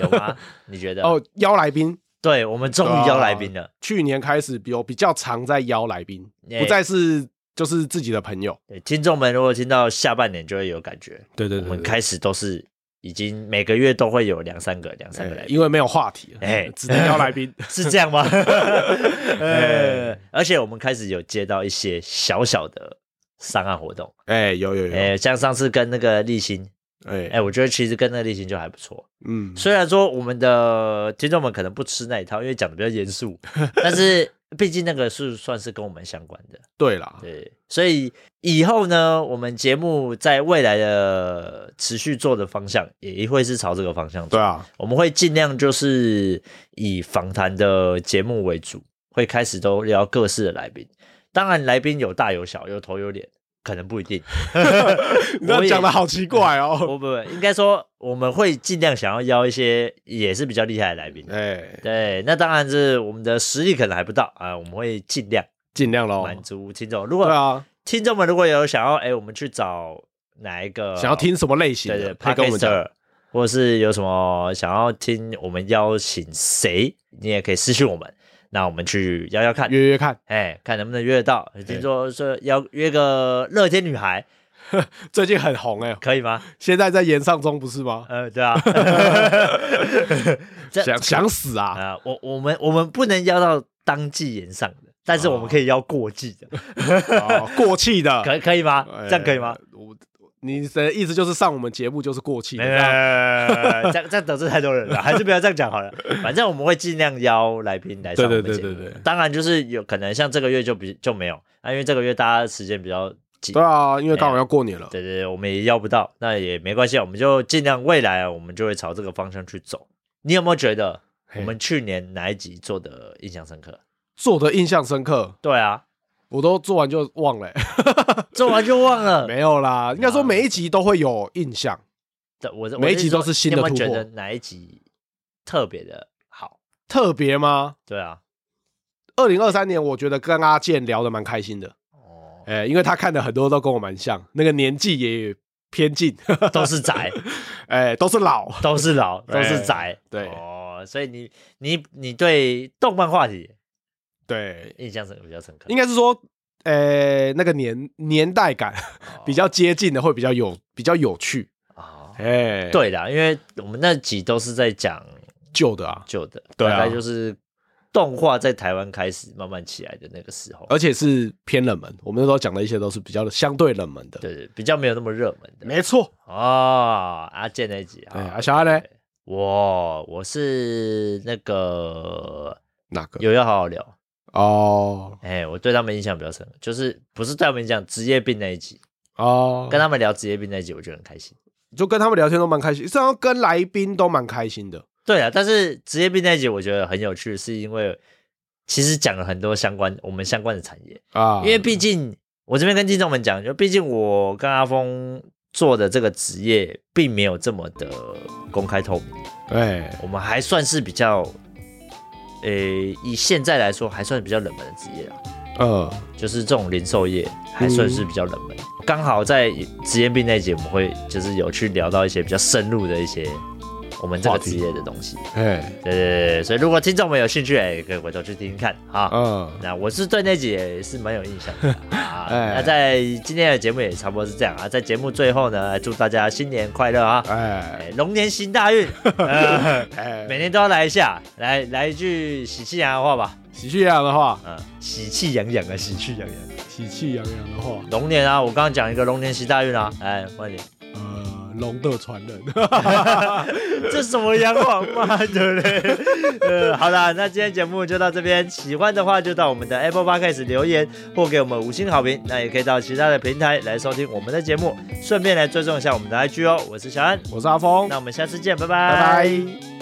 [SPEAKER 1] 有吗？你觉得？
[SPEAKER 2] *laughs* 哦，啊邀来宾，
[SPEAKER 1] 对，我们终于邀来宾了。
[SPEAKER 2] 去年开始有比较常在邀来宾，
[SPEAKER 1] 哎
[SPEAKER 2] 不再是就是自己的朋友。
[SPEAKER 1] 对，听众们如果听到下半年就会有感觉，
[SPEAKER 2] 对对
[SPEAKER 1] 我们开始都是已经每个月都会有两三个、两三个来
[SPEAKER 2] 哎，
[SPEAKER 1] 宾，
[SPEAKER 2] 因为没有话题了，
[SPEAKER 1] 哎
[SPEAKER 2] 只能邀来宾。
[SPEAKER 1] 是这样吗？呃
[SPEAKER 2] 哎，
[SPEAKER 1] 而且我们开始有接到一些小小的上岸活动，
[SPEAKER 2] *laughs* 哎，有有有，
[SPEAKER 1] 哎、像上次跟那个立新，哎、
[SPEAKER 2] 哎，
[SPEAKER 1] 我觉得其实跟那个立新就还不错。
[SPEAKER 2] 嗯，
[SPEAKER 1] 虽然说我们的听众们可能不吃那一套，因为讲的比较严
[SPEAKER 2] *laughs*
[SPEAKER 1] 肃，但是毕竟那个是算是跟我们相关的，
[SPEAKER 2] 对啦，
[SPEAKER 1] 对，所以以后呢，我们节目在未来的持续做的方向，也会是朝这个方向走
[SPEAKER 2] 对。 *laughs* 啊，
[SPEAKER 1] 我们会尽量就是以访谈的节目为主，会开始都聊各式的来宾。当然，来宾有大有小，有头有脸，可能不一定。
[SPEAKER 2] *laughs* 你这样讲的好奇怪哦。
[SPEAKER 1] 不不不，应该说我们会尽量想要邀一些也是比较厉害的来宾。
[SPEAKER 2] 哎，
[SPEAKER 1] 对，那当然是我们的实力可能还不到啊，我们会尽量
[SPEAKER 2] 尽量喽。
[SPEAKER 1] 满足听众。如果
[SPEAKER 2] 对啊，
[SPEAKER 1] 听众们如果有想要，哎，我们去找哪一个
[SPEAKER 2] 想要听什么类型
[SPEAKER 1] 对对
[SPEAKER 2] 的，可以跟我们讲。
[SPEAKER 1] ，podcaster，或者是有什么想要听我们邀请谁，你也可以私信我们，那我们去邀邀看，
[SPEAKER 2] 约约看。
[SPEAKER 1] 哎，看能不能约得到。听说说要约个乐天女孩，
[SPEAKER 2] 最近很红哎、
[SPEAKER 1] 可以
[SPEAKER 2] *laughs*
[SPEAKER 1] 吗？
[SPEAKER 2] 现在在演上中不是吗？
[SPEAKER 1] 呃，对啊，
[SPEAKER 2] *laughs*
[SPEAKER 1] 这
[SPEAKER 2] 想想死啊！
[SPEAKER 1] 啊、我我们我们不能邀到当季演上的，但是我们可以邀过季
[SPEAKER 2] *laughs*
[SPEAKER 1] 的，
[SPEAKER 2] 哦过气的，
[SPEAKER 1] 可可以吗？
[SPEAKER 2] 哎
[SPEAKER 1] 这样可以吗？？
[SPEAKER 2] 我你的意思就是上我们节目就是过气的，
[SPEAKER 1] 没有，
[SPEAKER 2] 这样
[SPEAKER 1] 没有这样这样得罪太多人了，还是不要这样讲好了。反正我们会尽量邀来宾来上我们
[SPEAKER 2] 对对
[SPEAKER 1] 节目
[SPEAKER 2] 对对对
[SPEAKER 1] 当然就是有可能像这个月就比就没有，啊，因为这个月大家时间比较紧。
[SPEAKER 2] 对啊，因为刚好要过年了，
[SPEAKER 1] 对对对，我们也邀不到，那也没关系，我们就尽量未来啊，我们就会朝这个方向去走。你有没有觉得我
[SPEAKER 2] 嘿
[SPEAKER 1] 们去年哪一集做的印象深刻？
[SPEAKER 2] 做的印象深刻，
[SPEAKER 1] 对啊，
[SPEAKER 2] 我都做完就
[SPEAKER 1] *laughs*
[SPEAKER 2] 忘了、欸，
[SPEAKER 1] 做完就忘
[SPEAKER 2] *laughs*
[SPEAKER 1] 了。
[SPEAKER 2] 没有啦，应该说每一集都会有印象，
[SPEAKER 1] 对我的
[SPEAKER 2] 每一集都是新的
[SPEAKER 1] 我意思
[SPEAKER 2] 突
[SPEAKER 1] 说你有没
[SPEAKER 2] 破
[SPEAKER 1] 有觉得哪一集特别的好？
[SPEAKER 2] 特别吗？
[SPEAKER 1] 对啊，
[SPEAKER 2] 二零二三年，我觉得跟阿健聊得蛮开心的，
[SPEAKER 1] 哦，
[SPEAKER 2] 哎、因为他看的很多都跟我蛮像，那个年纪也偏见，
[SPEAKER 1] 都是宅，
[SPEAKER 2] *laughs* 哎、都是老，
[SPEAKER 1] 都是老，都是宅。
[SPEAKER 2] 对
[SPEAKER 1] 哦，所以你你你对动漫话题
[SPEAKER 2] 对，
[SPEAKER 1] 印象深比较深刻，
[SPEAKER 2] 应该是说，呃，那个年年代感
[SPEAKER 1] 哦
[SPEAKER 2] 比较接近的，会比较有比较有趣。
[SPEAKER 1] 哦
[SPEAKER 2] 哎、，
[SPEAKER 1] 对啦，因为我们那集都是在讲
[SPEAKER 2] 旧的啊，
[SPEAKER 1] 旧的，
[SPEAKER 2] 对
[SPEAKER 1] 大
[SPEAKER 2] 啊
[SPEAKER 1] 概就是动画在台湾开始慢慢起来的那个时候，
[SPEAKER 2] 而且是偏冷门。我们那时候讲的一些都是比较相对冷门的。
[SPEAKER 1] 对对，比较没有那么热门的。
[SPEAKER 2] 没错，
[SPEAKER 1] 哦，阿健那一集
[SPEAKER 2] 哎、
[SPEAKER 1] 啊
[SPEAKER 2] 啊，，小安呢？
[SPEAKER 1] 我我是那个
[SPEAKER 2] 哪个？
[SPEAKER 1] 有要好好聊，
[SPEAKER 2] 哦
[SPEAKER 1] 哎、我对他们印象比较深，就是不是对他们印象，职业病那一集，
[SPEAKER 2] 哦，
[SPEAKER 1] 跟他们聊职业病那一集，我觉得很开心。
[SPEAKER 2] 就跟他们聊天都蛮开心，然后跟来宾都蛮开心的。
[SPEAKER 1] 对啊，但是职业病那一集我觉得很有趣，是因为其实讲了很多相关我们相关的产业，
[SPEAKER 2] 啊，
[SPEAKER 1] 因为毕竟我这边跟听众们讲，就毕竟我跟阿峰做的这个职业并没有这么的公开透明，
[SPEAKER 2] 哎、
[SPEAKER 1] 我们还算是比较，呃，以现在来说还算比较冷门的职业啦，啊
[SPEAKER 2] 呃，
[SPEAKER 1] 就是这种零售业还算是比较冷门。刚好在职业病那一集，我们会就是有去聊到一些比较深入的一些我们这个
[SPEAKER 2] 话题
[SPEAKER 1] 职业的东西。
[SPEAKER 2] 哎、
[SPEAKER 1] 对对对对，所以如果听众们有兴趣，哎，也可以回头去听听看啊。
[SPEAKER 2] 嗯，
[SPEAKER 1] 那我是对那集也是蛮有印象 *laughs* 的啊。
[SPEAKER 2] 哎
[SPEAKER 1] 那在今天的节目也差不多是这样啊，在节目最后 *laughs* 呢，祝大家新年快乐啊！
[SPEAKER 2] 哎
[SPEAKER 1] 哎龙年行大 *laughs* 运，呃
[SPEAKER 2] 哎，
[SPEAKER 1] 每年都要来一下，来来一句喜气洋洋的话吧，
[SPEAKER 2] 喜气洋洋的话，
[SPEAKER 1] 嗯，喜气洋洋啊，喜气洋洋。
[SPEAKER 2] 喜气洋洋的话，
[SPEAKER 1] 龙年啊，我刚刚讲一个龙年行大运啊，哎，快点，
[SPEAKER 2] 呃，龙的传人。 *laughs*
[SPEAKER 1] *laughs* 这什么洋王嘛，对不对？呃，好啦，那今天节目就到这边，喜欢的话就到我们的 Apple Podcast 留言或给我们五星好评，那也可以到其他的平台来收听我们的节目，顺便来追踪一下我们的 IG 哦。我是小安，
[SPEAKER 2] 我是阿峰，
[SPEAKER 1] 那我们下次见，拜拜
[SPEAKER 2] 拜拜。